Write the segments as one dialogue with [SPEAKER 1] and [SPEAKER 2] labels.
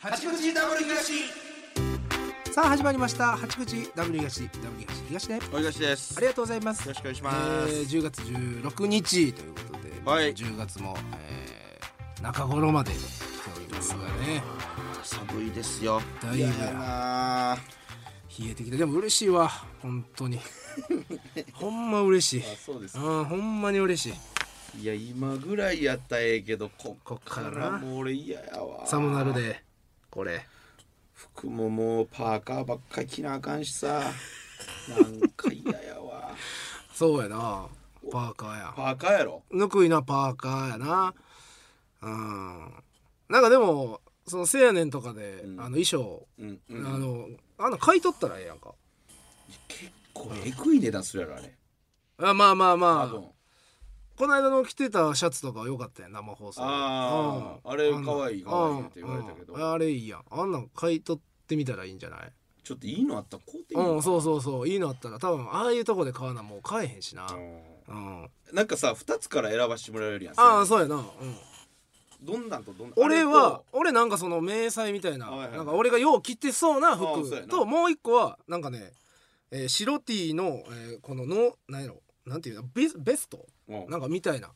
[SPEAKER 1] 八口ダブル東
[SPEAKER 2] さあ始まりました八口ダブル東ダブル東東ね
[SPEAKER 1] お東です
[SPEAKER 2] ありがとうございます
[SPEAKER 1] よろしくお願いし
[SPEAKER 2] え
[SPEAKER 1] ます、
[SPEAKER 2] ー10月16日ということで、
[SPEAKER 1] はい
[SPEAKER 2] 10月も、えー中頃まで来ておりますがね
[SPEAKER 1] 寒いですよ
[SPEAKER 2] だいぶ
[SPEAKER 1] ややなあ
[SPEAKER 2] 冷えてきてでも嬉しいわ本当 にほんま嬉しい
[SPEAKER 1] そうです
[SPEAKER 2] うんほんまに嬉しい
[SPEAKER 1] いや今ぐらいやったらええけどこ
[SPEAKER 2] こ
[SPEAKER 1] こか
[SPEAKER 2] からら
[SPEAKER 1] もう俺嫌やわ
[SPEAKER 2] サムナルでこれ
[SPEAKER 1] 服ももうパーカーばっかり着なあかん しさなんか嫌やわ
[SPEAKER 2] そうやなパーカーや
[SPEAKER 1] パーカーやろ
[SPEAKER 2] ぬくいなパーカーやなうんなんかでもそのせやねんとかで、
[SPEAKER 1] ん
[SPEAKER 2] あの衣装、
[SPEAKER 1] うんう
[SPEAKER 2] あ
[SPEAKER 1] ん
[SPEAKER 2] のあの買い取ったらええやんか
[SPEAKER 1] 結構えぐい値段するやろあれ
[SPEAKER 2] あまあまあま
[SPEAKER 1] 多
[SPEAKER 2] あ
[SPEAKER 1] 分
[SPEAKER 2] この間の着てたシャツとかは良かったやん生放送で
[SPEAKER 1] あーあれ
[SPEAKER 2] んな
[SPEAKER 1] 可愛い可愛いって言われたけど
[SPEAKER 2] うんうんあれいいやんあんなん買い取ってみたらいいんじゃない
[SPEAKER 1] ちょっといいのあったら買うてみよ
[SPEAKER 2] うんそうそうそういいのあったら多分ああいうとこで買うのはもう買えへんしな
[SPEAKER 1] うん
[SPEAKER 2] うん
[SPEAKER 1] なんかさ2つから選ばしてもらえるやん
[SPEAKER 2] ああそうやな、うん、
[SPEAKER 1] どんなんとどんなん
[SPEAKER 2] 俺
[SPEAKER 1] あれ
[SPEAKER 2] は
[SPEAKER 1] と
[SPEAKER 2] 俺なんかその迷彩みたいな,、
[SPEAKER 1] はいはい
[SPEAKER 2] なんか俺がよう着てそうな
[SPEAKER 1] ああそうや
[SPEAKER 2] 服
[SPEAKER 1] な
[SPEAKER 2] ともう一個はなんかね、えー白 T の、えーこののなんやろなんていうのベベスト
[SPEAKER 1] うん
[SPEAKER 2] なんかみたいな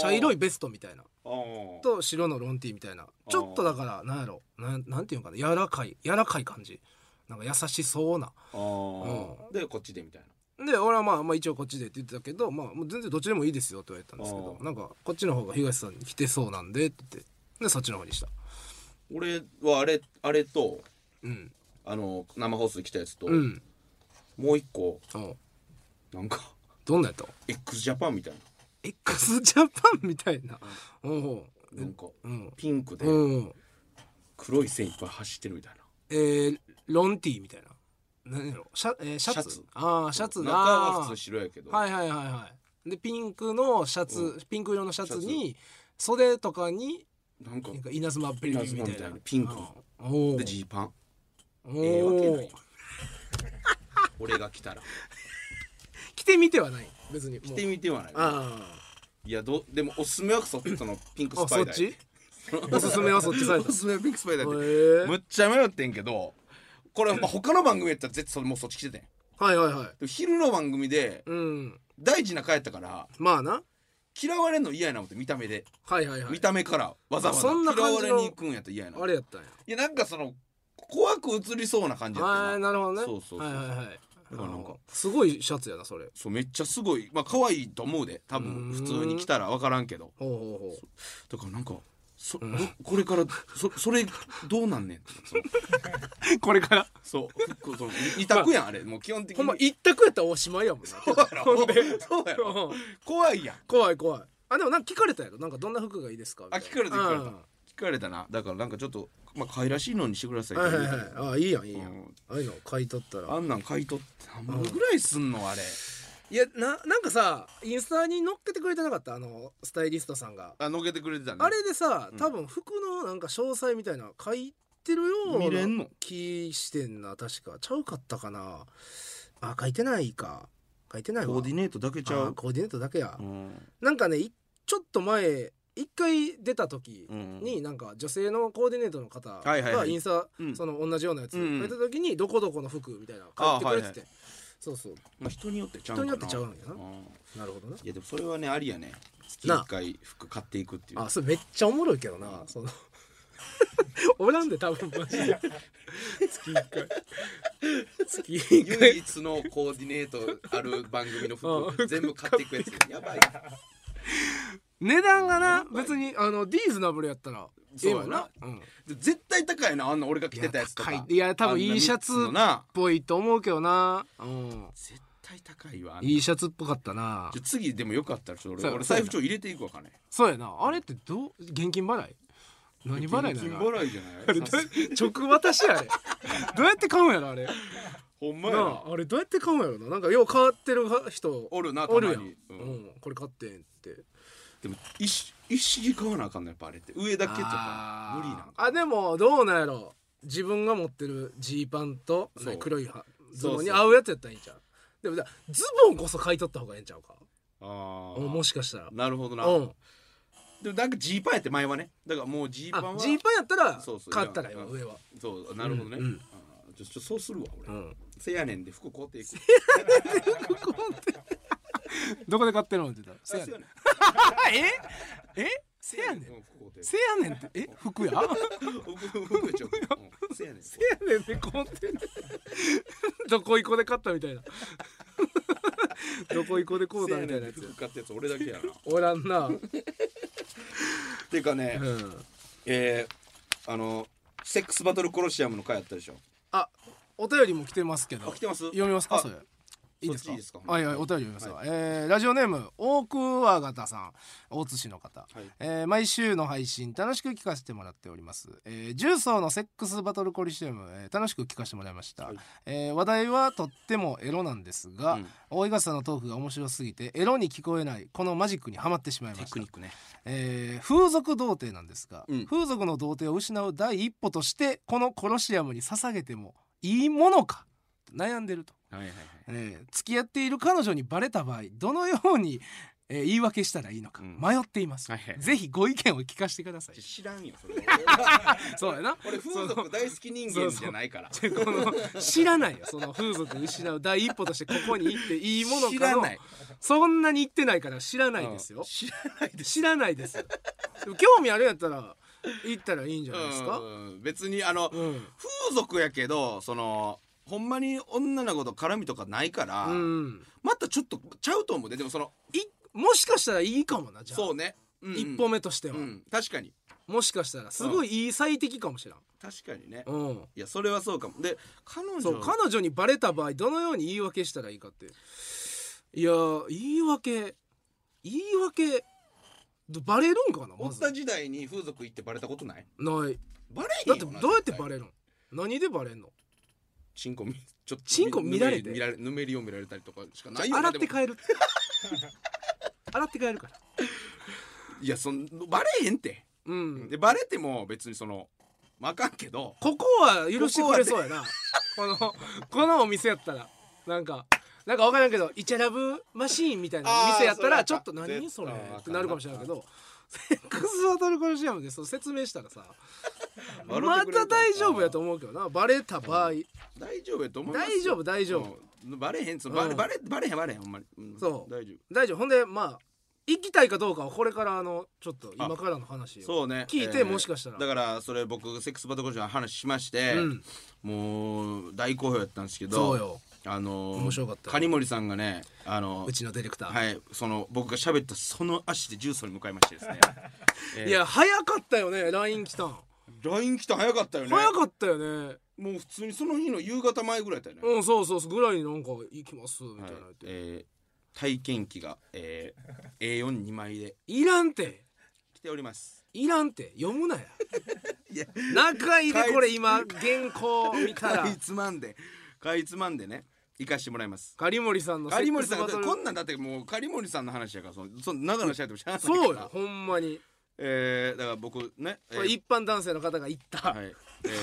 [SPEAKER 2] 茶色いベストみたいな
[SPEAKER 1] ああ
[SPEAKER 2] と白のロン T みたいなちょっとだからなんやろなんなんていうのかな柔らかい柔らかい感じなんか優しそうな
[SPEAKER 1] あーでこっちでみたいな
[SPEAKER 2] で俺はまあまあ一応こっちでって言ってたけど、まあ、もう全然どっちでもいいですよって言われたんですけど
[SPEAKER 1] あー
[SPEAKER 2] なんかこっちの方が東さんに来てそうなんでって言ってでそっちの方にした
[SPEAKER 1] 俺はあれあれと
[SPEAKER 2] うん
[SPEAKER 1] あの生放送で来たやつと、
[SPEAKER 2] うん
[SPEAKER 1] もう一個
[SPEAKER 2] おう
[SPEAKER 1] なんか
[SPEAKER 2] どんなやった
[SPEAKER 1] x ジャパンみたい
[SPEAKER 2] x ジャパンみたいなおう
[SPEAKER 1] ななんか
[SPEAKER 2] うん
[SPEAKER 1] ピンクで
[SPEAKER 2] うん
[SPEAKER 1] 黒い線いっぱい走ってるみたいな
[SPEAKER 2] えー、ロン T みたいな何やろシャ,、えーシャツ
[SPEAKER 1] シャツ
[SPEAKER 2] ああシャツだ
[SPEAKER 1] 中は普通白やけど、
[SPEAKER 2] はいはいはいはいでピンクのシャツ、ピンク色のシャツに袖とかに
[SPEAKER 1] なんか
[SPEAKER 2] なんか稲妻ベリーみたいな
[SPEAKER 1] 稲妻みたいなピンクの
[SPEAKER 2] うんおお
[SPEAKER 1] でジーパン
[SPEAKER 2] お
[SPEAKER 1] ええわけない
[SPEAKER 2] お
[SPEAKER 1] 俺が 来たら
[SPEAKER 2] 着てみてはない別に着
[SPEAKER 1] 着てみてはない
[SPEAKER 2] あ
[SPEAKER 1] いやどでもおすすめはそそのピンク
[SPEAKER 2] ああ
[SPEAKER 1] スパ
[SPEAKER 2] そ
[SPEAKER 1] イ
[SPEAKER 2] っ
[SPEAKER 1] ダー
[SPEAKER 2] ちおすすめはそっちされた
[SPEAKER 1] おすすめはピンク スパイダーで
[SPEAKER 2] へえ
[SPEAKER 1] むっちゃ迷ってんけどこれまあ他の番組やったら絶対それもうそっち来ててんで
[SPEAKER 2] はいはいはい
[SPEAKER 1] も昼の番組で
[SPEAKER 2] うん
[SPEAKER 1] 大事な回やったから
[SPEAKER 2] まあな
[SPEAKER 1] 嫌われんの嫌やな思って見た目で、
[SPEAKER 2] はいはいはい
[SPEAKER 1] 見た目からわざわざ
[SPEAKER 2] そんな感じの
[SPEAKER 1] 嫌われに行くんやったら嫌やな
[SPEAKER 2] あれやったんや
[SPEAKER 1] いやなんかその怖く映りそうな感じやった
[SPEAKER 2] ああ
[SPEAKER 1] な
[SPEAKER 2] なるほどね
[SPEAKER 1] そうそうそう
[SPEAKER 2] はいはいはい
[SPEAKER 1] だからなんか
[SPEAKER 2] すごいシャツやなそれ
[SPEAKER 1] そうめっちゃすごいまあ可愛いと思うで多
[SPEAKER 2] うー
[SPEAKER 1] 分
[SPEAKER 2] ん
[SPEAKER 1] 普通に来たら分からんけど
[SPEAKER 2] ほうほうほう
[SPEAKER 1] だからなんかそどこれからそそれどうなんねんってその
[SPEAKER 2] これから
[SPEAKER 1] そう服その二択やんあれもう基本的
[SPEAKER 2] ほ
[SPEAKER 1] に
[SPEAKER 2] んま一択やったらおしまいやもん な
[SPEAKER 1] そうやろ
[SPEAKER 2] ほんで
[SPEAKER 1] そうやろ
[SPEAKER 2] うん
[SPEAKER 1] 怖いやん
[SPEAKER 2] 怖い怖いあでもなんか聞かれたやろなんかどんな服がいいですかみ
[SPEAKER 1] あ
[SPEAKER 2] たいな
[SPEAKER 1] 聞かれた聞かれた
[SPEAKER 2] うん
[SPEAKER 1] 聞かれたなだからなんかちょっとまあ可愛らしいのにしてください
[SPEAKER 2] はいはいはいあいいやんいいや
[SPEAKER 1] うんん
[SPEAKER 2] ああいうの買い取ったら
[SPEAKER 1] あんなん買い取って何本ぐらいすんのあれ
[SPEAKER 2] いやななんかさインスタに載っけてくれてなかったあのスタイリストさんが
[SPEAKER 1] あのけてくれてたね
[SPEAKER 2] あれでさ多分服のなんか詳細みたいなの書いてるよ
[SPEAKER 1] 見れ
[SPEAKER 2] うんな
[SPEAKER 1] の
[SPEAKER 2] 気してんな確かちゃうかったかなあ書いてないか書いてないわ
[SPEAKER 1] コーディ
[SPEAKER 2] ネ
[SPEAKER 1] ネートだけちゃう
[SPEAKER 2] コーディネートだけや、
[SPEAKER 1] うん
[SPEAKER 2] なんかねいちょっと前一回出た時
[SPEAKER 1] うん
[SPEAKER 2] になんか女性のコーディネートの方
[SPEAKER 1] はいはいは
[SPEAKER 2] が
[SPEAKER 1] い
[SPEAKER 2] インスタ
[SPEAKER 1] うん
[SPEAKER 2] その同じようなやつ
[SPEAKER 1] うんう
[SPEAKER 2] 書い
[SPEAKER 1] ん
[SPEAKER 2] た時に「どこどこの服」みたいなの書いてくれてて、
[SPEAKER 1] あはい
[SPEAKER 2] そうそう
[SPEAKER 1] まあ人によってちゃ
[SPEAKER 2] 人
[SPEAKER 1] うか
[SPEAKER 2] に
[SPEAKER 1] な
[SPEAKER 2] よってちゃうんやな
[SPEAKER 1] うん
[SPEAKER 2] なるほどない
[SPEAKER 1] やでもそれはねありやね月
[SPEAKER 2] な
[SPEAKER 1] 1回服買っていくっていう
[SPEAKER 2] あそれめっちゃおもろいけどな、その おらんで多分マジで月1回 月1回
[SPEAKER 1] 唯一のコーディネートある番組 の
[SPEAKER 2] うん
[SPEAKER 1] 服全部買っていくやつやばい
[SPEAKER 2] 値段がな別にあのディーズナブルやったらええもんなうん、っ
[SPEAKER 1] で絶対高いなあんな俺が着てたやつとか
[SPEAKER 2] いや高いいや多分いいシャツ
[SPEAKER 1] あんな
[SPEAKER 2] ぽいと思うけどな、うん、
[SPEAKER 1] 三つのな絶対高いわあんない
[SPEAKER 2] いシャツっぽかったな
[SPEAKER 1] ちょ次でもよかったらちょっと
[SPEAKER 2] そう
[SPEAKER 1] 俺
[SPEAKER 2] や
[SPEAKER 1] 俺財布帳入れていくわかね
[SPEAKER 2] そうやなあれってどう現金払い何払い
[SPEAKER 1] 現
[SPEAKER 2] な
[SPEAKER 1] 金
[SPEAKER 2] の
[SPEAKER 1] 払い じゃないさす
[SPEAKER 2] 直渡しやあれ どうやって買うんやろあれ
[SPEAKER 1] ほんまや
[SPEAKER 2] な
[SPEAKER 1] な
[SPEAKER 2] ああれどうやって買うんやろななんかよう変わってる人
[SPEAKER 1] おるなた
[SPEAKER 2] お
[SPEAKER 1] ま
[SPEAKER 2] るやん、
[SPEAKER 1] に、うん
[SPEAKER 2] うん、これ買ってんって
[SPEAKER 1] でも一一式買わなあかんのやっぱあれって上だけとか無理なんか
[SPEAKER 2] あでもどうなんやろ自分が持ってるジーパンと
[SPEAKER 1] そう
[SPEAKER 2] ね黒いはズ
[SPEAKER 1] そうそう
[SPEAKER 2] ボンに合うやつやったらいいんちゃうでもじゃあズボンこそ買い取った方がええんちゃうか
[SPEAKER 1] あ
[SPEAKER 2] もしかしたら
[SPEAKER 1] なるほどな、
[SPEAKER 2] うん
[SPEAKER 1] でもなんかジーパンやって前はねだからもうジーパン
[SPEAKER 2] あ
[SPEAKER 1] は
[SPEAKER 2] ジーパンやったら
[SPEAKER 1] そうそう
[SPEAKER 2] 買ったら
[SPEAKER 1] いや
[SPEAKER 2] よ上は
[SPEAKER 1] そうなるほどね、
[SPEAKER 2] うんうん
[SPEAKER 1] あーちょちょそうするわ俺、
[SPEAKER 2] ん
[SPEAKER 1] せやねんで服買うていく
[SPEAKER 2] どこで買ってるのって言っ
[SPEAKER 1] せ
[SPEAKER 2] た
[SPEAKER 1] や
[SPEAKER 2] ら
[SPEAKER 1] ねん
[SPEAKER 2] ええせやねん
[SPEAKER 1] うん服買うて
[SPEAKER 2] せやねんってえ服や せ
[SPEAKER 1] 服服ちょうんせやねん
[SPEAKER 2] やねんってこんってどこいこで買ったみ たいなどこいこでこう
[SPEAKER 1] せ
[SPEAKER 2] だ
[SPEAKER 1] や
[SPEAKER 2] みた
[SPEAKER 1] ね
[SPEAKER 2] い
[SPEAKER 1] ん
[SPEAKER 2] な
[SPEAKER 1] で
[SPEAKER 2] やつ
[SPEAKER 1] 服買ったやつ俺だけやな
[SPEAKER 2] おらんなう
[SPEAKER 1] てかね、
[SPEAKER 2] ん
[SPEAKER 1] えー、あのセックスバトルコロシアムの回あったでしょ
[SPEAKER 2] あお便りも来てますけ
[SPEAKER 1] あ
[SPEAKER 2] ど
[SPEAKER 1] 来てます
[SPEAKER 2] 読みますか
[SPEAKER 1] あ
[SPEAKER 2] それいいです
[SPEAKER 1] そっち
[SPEAKER 2] か
[SPEAKER 1] いいですか
[SPEAKER 2] はいはいお便り読みますよ、えーラジオネーム大桑形さん大津市の方、
[SPEAKER 1] はい
[SPEAKER 2] えー毎週の配信楽しく聞かせてもらっております、えー重曹のセックスバトルコリシウム、えー楽しく聞かせてもらいました、
[SPEAKER 1] はい
[SPEAKER 2] えー話題はとってもエロなんですが、
[SPEAKER 1] うん
[SPEAKER 2] 大井川さんのトークが面白すぎてエロに聞こえないこのマジックにはまってしまいま
[SPEAKER 1] テ
[SPEAKER 2] した
[SPEAKER 1] クニックね
[SPEAKER 2] えー風俗童貞なんですが、
[SPEAKER 1] うん
[SPEAKER 2] 風俗の童貞を失う第一歩としてこのコロシアムに捧げてもいいものか悩んでると、
[SPEAKER 1] はいはいはい
[SPEAKER 2] えー付き合っている彼女にバレた場合どのように、えー言い訳したらいいのか
[SPEAKER 1] うん
[SPEAKER 2] 迷っています、
[SPEAKER 1] はいはい
[SPEAKER 2] ぜひご意見を聞かせてください
[SPEAKER 1] 知らんよそれ
[SPEAKER 2] そうやな
[SPEAKER 1] 俺風俗大好き人間じゃないから
[SPEAKER 2] そのこの知らないよその風俗失う第一歩としてここに行っていいものかの
[SPEAKER 1] 知らない
[SPEAKER 2] そんなに行ってないから知らないですよ、
[SPEAKER 1] うん知らないで
[SPEAKER 2] 知らないですよでも興味あるやったら行ったらいいんじゃないですか、
[SPEAKER 1] うん別にあの
[SPEAKER 2] うん
[SPEAKER 1] 風俗やけどそのほんまに女の子と絡みとかないから、
[SPEAKER 2] うん、
[SPEAKER 1] またちょっとちゃうと思うででもその
[SPEAKER 2] いもしかしたらいいかもなじゃあ、
[SPEAKER 1] そうね、うんうん
[SPEAKER 2] 一歩目としては、
[SPEAKER 1] うん、確かに
[SPEAKER 2] もしかしたらすごいいい最適かもしらん、
[SPEAKER 1] 確かにね、
[SPEAKER 2] うん、
[SPEAKER 1] いやそれはそうかもで彼女
[SPEAKER 2] そう彼女にバレた場合どのように言い訳したらいいかっていやー言い訳言い訳どバレるんかな
[SPEAKER 1] お
[SPEAKER 2] ま
[SPEAKER 1] っ
[SPEAKER 2] ず
[SPEAKER 1] た時代に風俗行ってバレたことない
[SPEAKER 2] ない
[SPEAKER 1] バレへ
[SPEAKER 2] だ
[SPEAKER 1] ん
[SPEAKER 2] って
[SPEAKER 1] よ
[SPEAKER 2] どう
[SPEAKER 1] な
[SPEAKER 2] やってバレるん何でバレんの
[SPEAKER 1] チンコ見ちょっと
[SPEAKER 2] チンコ見られて
[SPEAKER 1] ぬめり見られぬめりを見られたりとかしかないよ
[SPEAKER 2] 洗
[SPEAKER 1] な
[SPEAKER 2] って
[SPEAKER 1] でも
[SPEAKER 2] 帰る洗って帰るから
[SPEAKER 1] いやそのバレへんって、
[SPEAKER 2] うん
[SPEAKER 1] でバレても別にそのまああかんけど
[SPEAKER 2] ここは許してくれそうやなこのこのお店やったらなんかなんか分からんけどイチャラブマシーンみたいなお店やった
[SPEAKER 1] あ
[SPEAKER 2] ら
[SPEAKER 1] ー
[SPEAKER 2] ちょっと
[SPEAKER 1] それやった
[SPEAKER 2] 何それ
[SPEAKER 1] 絶対
[SPEAKER 2] ってなるかもしれないけどセックスバトルコルシアムでそう説明したらさ
[SPEAKER 1] 笑
[SPEAKER 2] ま
[SPEAKER 1] ってくれるか
[SPEAKER 2] た
[SPEAKER 1] な
[SPEAKER 2] 大丈夫やと思うけどなバレた場合
[SPEAKER 1] 大丈夫やと思いますよ
[SPEAKER 2] 大丈夫大丈夫
[SPEAKER 1] うんバレへんそのバレ、
[SPEAKER 2] うん
[SPEAKER 1] バレバレへんバレへんほんまに、ん
[SPEAKER 2] そう
[SPEAKER 1] 大丈
[SPEAKER 2] 大丈夫ほんでまあ行きたいかどうかはこれからあのちょっと
[SPEAKER 1] あ
[SPEAKER 2] 今からの話
[SPEAKER 1] 夫
[SPEAKER 2] を
[SPEAKER 1] そうね
[SPEAKER 2] 聞いてもしかしたら
[SPEAKER 1] だからそれ僕セックスバトルコーチの話しまして、
[SPEAKER 2] うん
[SPEAKER 1] もう大好評やったんですけど
[SPEAKER 2] そうよ
[SPEAKER 1] あのー
[SPEAKER 2] 面白かったよ
[SPEAKER 1] 金森さんがねあの
[SPEAKER 2] うちのディレクター、
[SPEAKER 1] はいその僕が喋ったその足で重曹に向かいましてです ねえー
[SPEAKER 2] いや早かったよね LINE 来たん
[SPEAKER 1] LINE 来た早かったよね
[SPEAKER 2] 早かったよね
[SPEAKER 1] もう普通にその日の夕方前ぐらいだよね、
[SPEAKER 2] うんそうそうそうぐらいになんか行きますみ
[SPEAKER 1] は
[SPEAKER 2] た
[SPEAKER 1] い
[SPEAKER 2] いな言って、い
[SPEAKER 1] えー体験記が、えー、A42 枚で
[SPEAKER 2] らんて
[SPEAKER 1] 来ております
[SPEAKER 2] いらんて読むなや
[SPEAKER 1] いや
[SPEAKER 2] 中入
[SPEAKER 1] かい
[SPEAKER 2] れこれ今原稿見たら
[SPEAKER 1] かいつまんでかいつまんでね行かしてもらいます
[SPEAKER 2] 狩森さんのセ
[SPEAKER 1] 狩
[SPEAKER 2] ック
[SPEAKER 1] 森
[SPEAKER 2] ス
[SPEAKER 1] さん
[SPEAKER 2] バ
[SPEAKER 1] が
[SPEAKER 2] トル
[SPEAKER 1] こんなんだってもう狩森さんの話やからそのその長野しゃべってもしゃあないから
[SPEAKER 2] そうよほんまに、
[SPEAKER 1] えー、だから僕ね、えー
[SPEAKER 2] これ一般男性の方が言った、
[SPEAKER 1] はい、えー、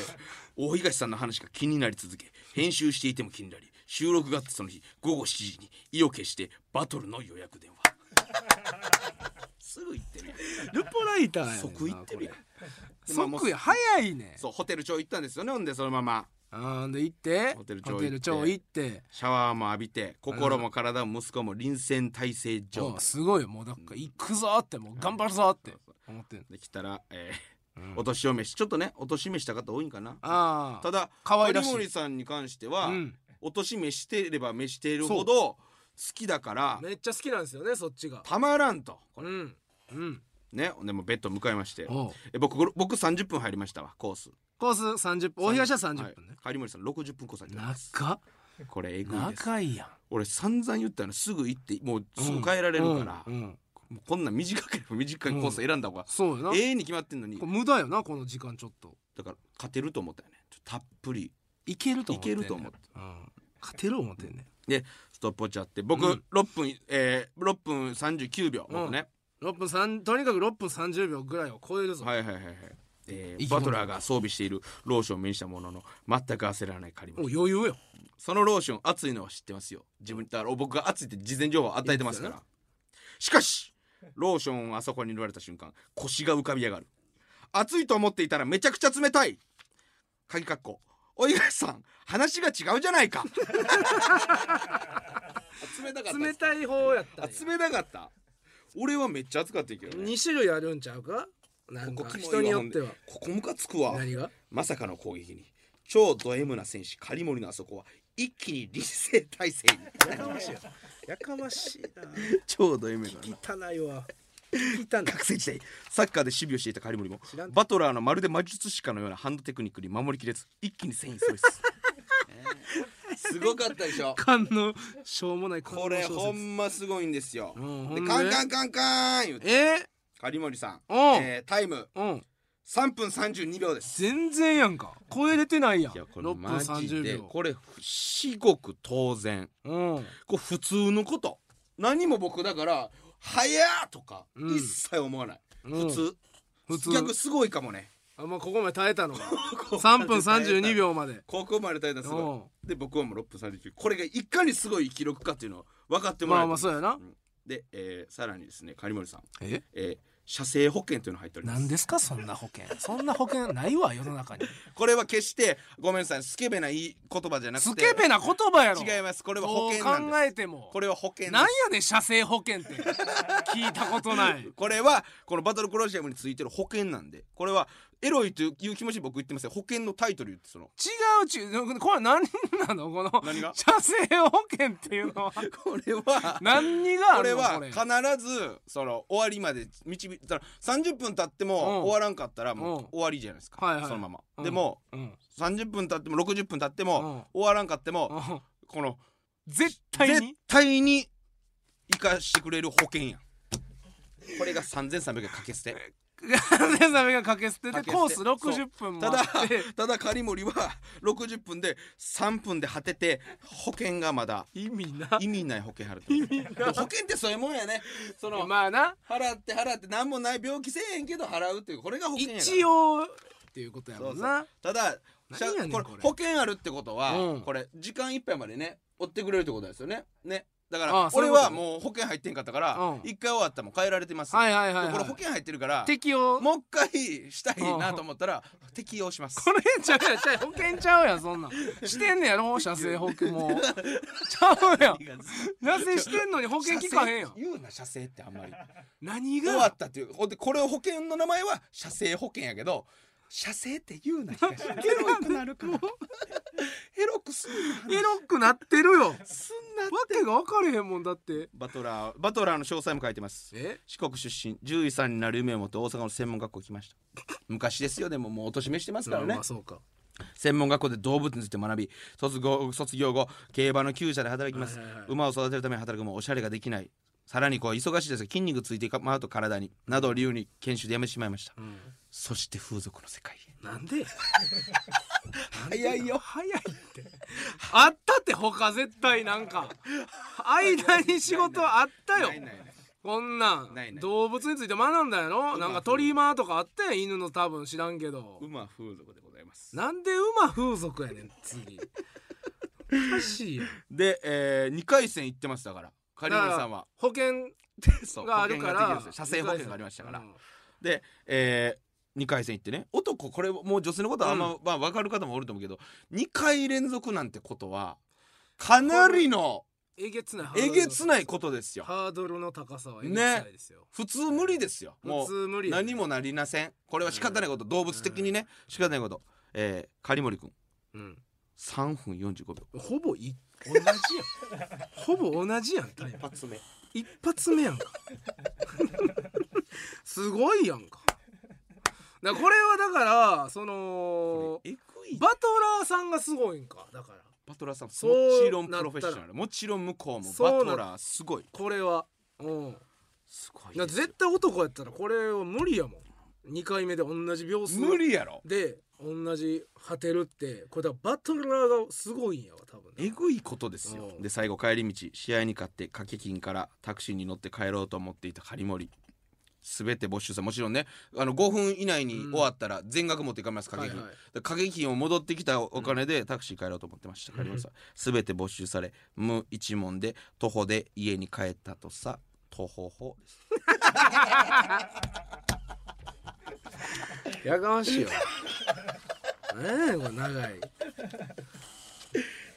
[SPEAKER 1] 大東さんの話が気になり続け編集していても気になり収録があってその日午後7時に意を決してバトルの予約電 話すぐ行ってるやん
[SPEAKER 2] ルポライターやねんな
[SPEAKER 1] 即行ってるやん
[SPEAKER 2] これ
[SPEAKER 1] でまあもう
[SPEAKER 2] 即や早いね
[SPEAKER 1] そうホテル長行ったんですよねほんでそのまま
[SPEAKER 2] あーで行って
[SPEAKER 1] ホテル長
[SPEAKER 2] ホテル長行って
[SPEAKER 1] シャワーも浴びて心も体も息子も臨戦態勢状
[SPEAKER 2] うん
[SPEAKER 1] 態
[SPEAKER 2] すごいよもうなんか行くぞーってもう頑張るぞーって思ってん
[SPEAKER 1] できたら、えー
[SPEAKER 2] うん
[SPEAKER 1] お年を召しちょっとねお年召した方多いんかな
[SPEAKER 2] ああ
[SPEAKER 1] ただ
[SPEAKER 2] 可愛らしい
[SPEAKER 1] 有森さんに関しては、
[SPEAKER 2] うん、
[SPEAKER 1] お年召してれば召しているほど好きだから
[SPEAKER 2] めっちゃ好きなんですよねそっちが
[SPEAKER 1] たまらんと
[SPEAKER 2] う
[SPEAKER 1] これ
[SPEAKER 2] んうん
[SPEAKER 1] ねほんでもうベッド向かいまして
[SPEAKER 2] おう
[SPEAKER 1] え僕ごろ僕30分入りましたわコース
[SPEAKER 2] コース30分大東は30分ね、
[SPEAKER 1] はい、有森さん60分コース入ってます
[SPEAKER 2] 中
[SPEAKER 1] これえぐいです
[SPEAKER 2] 仲いいやん
[SPEAKER 1] 俺散々言ったのすぐ行ってもうすぐ帰られるから、
[SPEAKER 2] うんうん
[SPEAKER 1] もうこんなん短ければ短いコース選んだ方が
[SPEAKER 2] そうやな、
[SPEAKER 1] 永遠に決まってんのに
[SPEAKER 2] これ無駄よなこの時間ちょっと
[SPEAKER 1] だから勝てると思ったよねちょっとたっぷり
[SPEAKER 2] いけると思ってんねん
[SPEAKER 1] いけると思って
[SPEAKER 2] うん、勝てる思ってんね
[SPEAKER 1] でストップウォッチあって僕、
[SPEAKER 2] うん
[SPEAKER 1] 6分えー、6分39秒
[SPEAKER 2] うん
[SPEAKER 1] 僕ね、
[SPEAKER 2] ん6分3とにかく6分30秒ぐらいを超えるぞ、
[SPEAKER 1] はいはいはいはい、え
[SPEAKER 2] 生
[SPEAKER 1] ー、
[SPEAKER 2] き物
[SPEAKER 1] バトラーが装備しているローションを目にしたものの全く焦らないカリモ
[SPEAKER 2] もう余裕よ
[SPEAKER 1] そのローション熱いのは知ってますよ自分だから僕が熱いって事前情報を与えてますからしかしローションをあそこに塗られた瞬間腰が浮かび上がる暑いと思っていたらめちゃくちゃ冷たい鍵かっこおいがさん話が違うじゃないか冷たかった
[SPEAKER 2] 冷たい方やったん
[SPEAKER 1] あ
[SPEAKER 2] や
[SPEAKER 1] 冷たかった俺はめっちゃ暑かったけどね
[SPEAKER 2] 2種類あるんちゃうかなん
[SPEAKER 1] こ
[SPEAKER 2] か
[SPEAKER 1] こキモい
[SPEAKER 2] 人
[SPEAKER 1] わ
[SPEAKER 2] によっては
[SPEAKER 1] ほんでここムカつくわ
[SPEAKER 2] 何が
[SPEAKER 1] まさかの攻撃に超ド M な選手狩森のあそこは一気に理性体制に
[SPEAKER 2] やかましいやかましい
[SPEAKER 1] 超ド M だな
[SPEAKER 2] な汚いわ汚い
[SPEAKER 1] 学生時代サッカーで守備をしていた狩森も
[SPEAKER 2] 知らんて
[SPEAKER 1] バトラーのまるで魔術師かのようなハンドテクニックに守りきれず一気に戦意喪失、すごかったでしょ
[SPEAKER 2] 感のしょうもない
[SPEAKER 1] これほ
[SPEAKER 2] ん
[SPEAKER 1] んますごいんですよ、
[SPEAKER 2] うんほ
[SPEAKER 1] で
[SPEAKER 2] んで
[SPEAKER 1] カンカンカンカン言うて
[SPEAKER 2] え
[SPEAKER 1] 狩森さん、
[SPEAKER 2] うん
[SPEAKER 1] えータイム
[SPEAKER 2] うん
[SPEAKER 1] 3分32秒です
[SPEAKER 2] 全然やんか超えれてないやん
[SPEAKER 1] いやこ
[SPEAKER 2] 6
[SPEAKER 1] れ
[SPEAKER 2] 分
[SPEAKER 1] マジ
[SPEAKER 2] 30
[SPEAKER 1] で
[SPEAKER 2] 秒
[SPEAKER 1] これ至極当然
[SPEAKER 2] うん
[SPEAKER 1] これ普通のこと何も僕だから「早っ!」とか
[SPEAKER 2] うん
[SPEAKER 1] 一切思わない、
[SPEAKER 2] うん
[SPEAKER 1] 普通
[SPEAKER 2] 普通
[SPEAKER 1] 逆すごいか もね
[SPEAKER 2] あまあここまで耐えた のが3分32秒まで
[SPEAKER 1] ここまで耐えたらす
[SPEAKER 2] う
[SPEAKER 1] ご
[SPEAKER 2] ん
[SPEAKER 1] いで僕はもう6分39これがいかにすごい記録かっていうのを分かってもら
[SPEAKER 2] ま
[SPEAKER 1] え
[SPEAKER 2] あまあそうやな
[SPEAKER 1] で、えーさらにですね狩森さん、
[SPEAKER 2] え
[SPEAKER 1] えー社政保険というのが入っております
[SPEAKER 2] 何ですかそんな保険そんな保険ないわ世の中に
[SPEAKER 1] これは決してごめんなさいスケベないい言葉じゃなくて
[SPEAKER 2] スケベな言葉やろ
[SPEAKER 1] 違いますこれは保険なん
[SPEAKER 2] どう
[SPEAKER 1] です
[SPEAKER 2] 考えても
[SPEAKER 1] これは保険です
[SPEAKER 2] なんやねん社政保険っ て聞いたことない
[SPEAKER 1] これはこのバトルコロシアムについてる保険なんでこれはエロいという気持ちで僕言ってますよ保険のタイトル言って その
[SPEAKER 2] 違うちゅこれ何なのこの
[SPEAKER 1] 何が
[SPEAKER 2] 社政保険っていうのは
[SPEAKER 1] これは
[SPEAKER 2] 何があ
[SPEAKER 1] これ
[SPEAKER 2] るの
[SPEAKER 1] は
[SPEAKER 2] こ
[SPEAKER 1] 必
[SPEAKER 2] れ
[SPEAKER 1] ずその終わりまで導いたら30分経って
[SPEAKER 2] う
[SPEAKER 1] も
[SPEAKER 2] ん
[SPEAKER 1] 終わらんかったらも
[SPEAKER 2] うん
[SPEAKER 1] う終わりじゃないです
[SPEAKER 2] はいは
[SPEAKER 1] か
[SPEAKER 2] い
[SPEAKER 1] そのまま
[SPEAKER 2] うん
[SPEAKER 1] でも
[SPEAKER 2] うん
[SPEAKER 1] 30分経っても60分経っても
[SPEAKER 2] う
[SPEAKER 1] 終わらんかっても
[SPEAKER 2] うん
[SPEAKER 1] この
[SPEAKER 2] 絶対
[SPEAKER 1] 絶
[SPEAKER 2] に
[SPEAKER 1] 対に生かしてくれる保険やんこれが3300円かけ捨て
[SPEAKER 2] 全サメがかけ捨て
[SPEAKER 1] か
[SPEAKER 2] て
[SPEAKER 1] け捨て
[SPEAKER 2] コース
[SPEAKER 1] そう
[SPEAKER 2] 60分も
[SPEAKER 1] た
[SPEAKER 2] あ
[SPEAKER 1] だ
[SPEAKER 2] って
[SPEAKER 1] ただ狩森は60分で3分で果てて保険がまだ
[SPEAKER 2] 意味な
[SPEAKER 1] 意味ない保険払ってる保険ってそういうもんやねその
[SPEAKER 2] まあな
[SPEAKER 1] 払って払って何もない病気せえへんけど払うっていうこれが保険やから
[SPEAKER 2] 一応っていうことや
[SPEAKER 1] そ
[SPEAKER 2] も
[SPEAKER 1] うんそ
[SPEAKER 2] な
[SPEAKER 1] うただしゃ
[SPEAKER 2] 何やねん
[SPEAKER 1] これ
[SPEAKER 2] これ
[SPEAKER 1] 保険あるってことは、
[SPEAKER 2] うん
[SPEAKER 1] これ時間いっぱいまでね追ってくれるってことですよねねだから
[SPEAKER 2] ああそういうこ
[SPEAKER 1] 俺
[SPEAKER 2] と
[SPEAKER 1] はもう保険入ってんかったから
[SPEAKER 2] うん
[SPEAKER 1] 一、回終わったらもう変えられてます、
[SPEAKER 2] はいはいはい
[SPEAKER 1] でこれ
[SPEAKER 2] は
[SPEAKER 1] 保
[SPEAKER 2] い
[SPEAKER 1] 険入ってるから
[SPEAKER 2] 適用
[SPEAKER 1] もう一回したいなと思ったら適用します
[SPEAKER 2] これちゃうやんちゃう保険ちゃうやんそんなんしてんねやろ社政保険 もちゃうやん社政してんのに保険聞かへんやん
[SPEAKER 1] 車言うな社政ってあんまり
[SPEAKER 2] 何
[SPEAKER 1] 終わ
[SPEAKER 2] が
[SPEAKER 1] ったっていうほんでこれを保険の名前は社政保険やけど社政って言うな東エロくなるからエロくすん
[SPEAKER 2] エ
[SPEAKER 1] な
[SPEAKER 2] ロくなってるよわ
[SPEAKER 1] すんな
[SPEAKER 2] けが分かれへんもんだって
[SPEAKER 1] バトラーバトラーの詳細も書いてます
[SPEAKER 2] え
[SPEAKER 1] 四国出身獣医さんになる夢を持って大阪の専門学校来ました昔ですよでももうお年めしてますからね
[SPEAKER 2] そうか
[SPEAKER 1] 専門学校で動物について学び卒業卒業後競馬の厩舎で働きます、
[SPEAKER 2] はいはいはい
[SPEAKER 1] 馬を育てるために働くもおしゃれができないさらにこう忙しいですが筋肉ついてまうと体になどを理由に研修で辞めてしまいました、そして風俗の世界へ
[SPEAKER 2] なんで
[SPEAKER 1] 早いよ
[SPEAKER 2] 早いってあったって他絶対なんか間に仕事あったよこんなん
[SPEAKER 1] ないない
[SPEAKER 2] 動物について学んだやろ
[SPEAKER 1] 馬
[SPEAKER 2] なんかトリマーとかあったやん犬の多分知らんけど
[SPEAKER 1] 馬風俗でございます
[SPEAKER 2] なんで馬風俗やねん次おかしいやん
[SPEAKER 1] で、えー、2回戦行ってますだからカリモリさんは
[SPEAKER 2] 保険
[SPEAKER 1] そう
[SPEAKER 2] があるから
[SPEAKER 1] 保険ができんですよ車線保険がありましたから、
[SPEAKER 2] うん
[SPEAKER 1] で、え2回戦行ってね男これもう女性のことはあんま,、まあ、分かる方もおると思うけど2回連続なんてことはかなりの
[SPEAKER 2] えげつない
[SPEAKER 1] えげつない
[SPEAKER 2] と
[SPEAKER 1] ことですよ
[SPEAKER 2] ハードルの高さはえげつないですよ、
[SPEAKER 1] 普通無理ですよも
[SPEAKER 2] 普通
[SPEAKER 1] う
[SPEAKER 2] 無理やね
[SPEAKER 1] 何もなりませんこれは仕方ないこと動物的にね仕方ないことえー、狩森君
[SPEAKER 2] うん
[SPEAKER 1] 3分45秒
[SPEAKER 2] ほぼい同じやんほぼ同じやんタイム
[SPEAKER 1] 発目
[SPEAKER 2] 一発目やんか すごいやんかだからこれはだからその
[SPEAKER 1] えぐい
[SPEAKER 2] バトラーさんがすごいんかだから
[SPEAKER 1] バトラーさんも
[SPEAKER 2] そうなったら
[SPEAKER 1] ちろんプロフェッショナルもちろん向こうも
[SPEAKER 2] そうな
[SPEAKER 1] バ
[SPEAKER 2] っ
[SPEAKER 1] トラーすごい
[SPEAKER 2] これはうん
[SPEAKER 1] すご
[SPEAKER 2] だって絶対男やったらこれは無理やもん2回目で同じ秒数
[SPEAKER 1] 無理やろ
[SPEAKER 2] で同じ果てるってこれだからバトラーがすごいんやわ多分
[SPEAKER 1] えぐいことですよ
[SPEAKER 2] うん
[SPEAKER 1] で最後帰り道試合に勝って掛け金からタクシーに乗って帰ろうと思っていた狩森全て没収さもちろんねあの5分以内に終わったら全額持っていかれます掛け金、
[SPEAKER 2] はいはい
[SPEAKER 1] で掛け金を戻ってきたお金でタクシー帰ろうと思ってました狩森さん全て没収され無一文で徒歩で家に帰ったとさ徒歩法です
[SPEAKER 2] やかましい よ。何やねんこれ長い。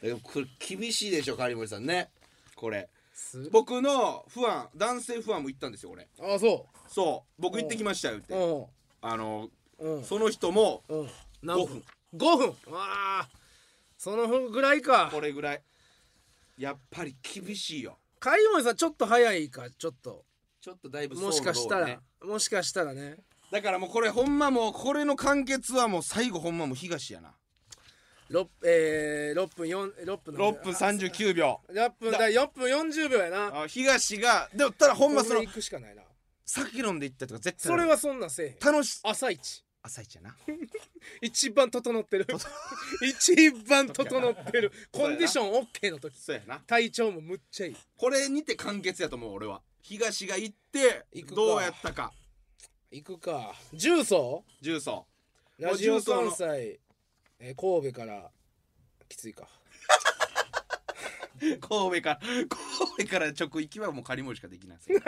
[SPEAKER 1] でもこれ厳しいでしょ狩森さんねこれ
[SPEAKER 2] す
[SPEAKER 1] 僕の不安男性不安も行ったんですよ俺
[SPEAKER 2] あそ
[SPEAKER 1] そう僕行ってきましたよっ
[SPEAKER 2] う。
[SPEAKER 1] て
[SPEAKER 2] う
[SPEAKER 1] あの
[SPEAKER 2] んうん
[SPEAKER 1] その人も
[SPEAKER 2] うん。何
[SPEAKER 1] 5分
[SPEAKER 2] 五分。わあ。その分ぐらいか
[SPEAKER 1] こ。れぐらいやっぱり厳しいよ
[SPEAKER 2] カリモリさんちょっと早いかちょっと。
[SPEAKER 1] ちょっとだいぶ
[SPEAKER 2] もしかした
[SPEAKER 1] そう
[SPEAKER 2] ら
[SPEAKER 1] の方ね
[SPEAKER 2] もしかしたらね。
[SPEAKER 1] だからもうこれほんまもうこれの完結はもう最後ほんまもう東やな
[SPEAKER 2] 六えー六分四六分
[SPEAKER 1] 6分
[SPEAKER 2] 三
[SPEAKER 1] 39秒
[SPEAKER 2] 六分だ四分四十秒やな。
[SPEAKER 1] あ東がでもただほんまその
[SPEAKER 2] 行くしかないな。
[SPEAKER 1] 酒飲んで行ったとか絶対
[SPEAKER 2] それはそんなんせえへん。
[SPEAKER 1] 楽しい
[SPEAKER 2] 朝一
[SPEAKER 1] 朝一やな
[SPEAKER 2] 一番整ってる一番整って るコンディションオッケーの時
[SPEAKER 1] そうやな
[SPEAKER 2] 体調もむっちゃいい
[SPEAKER 1] これにて完結やと思う俺は東が行って
[SPEAKER 2] 行くか
[SPEAKER 1] どうやったか
[SPEAKER 2] 行くか重曹
[SPEAKER 1] 重曹
[SPEAKER 2] ラジオ関西、えー神戸からきついか
[SPEAKER 1] 神戸から神戸から直行きはもう借り物しかできな いですよ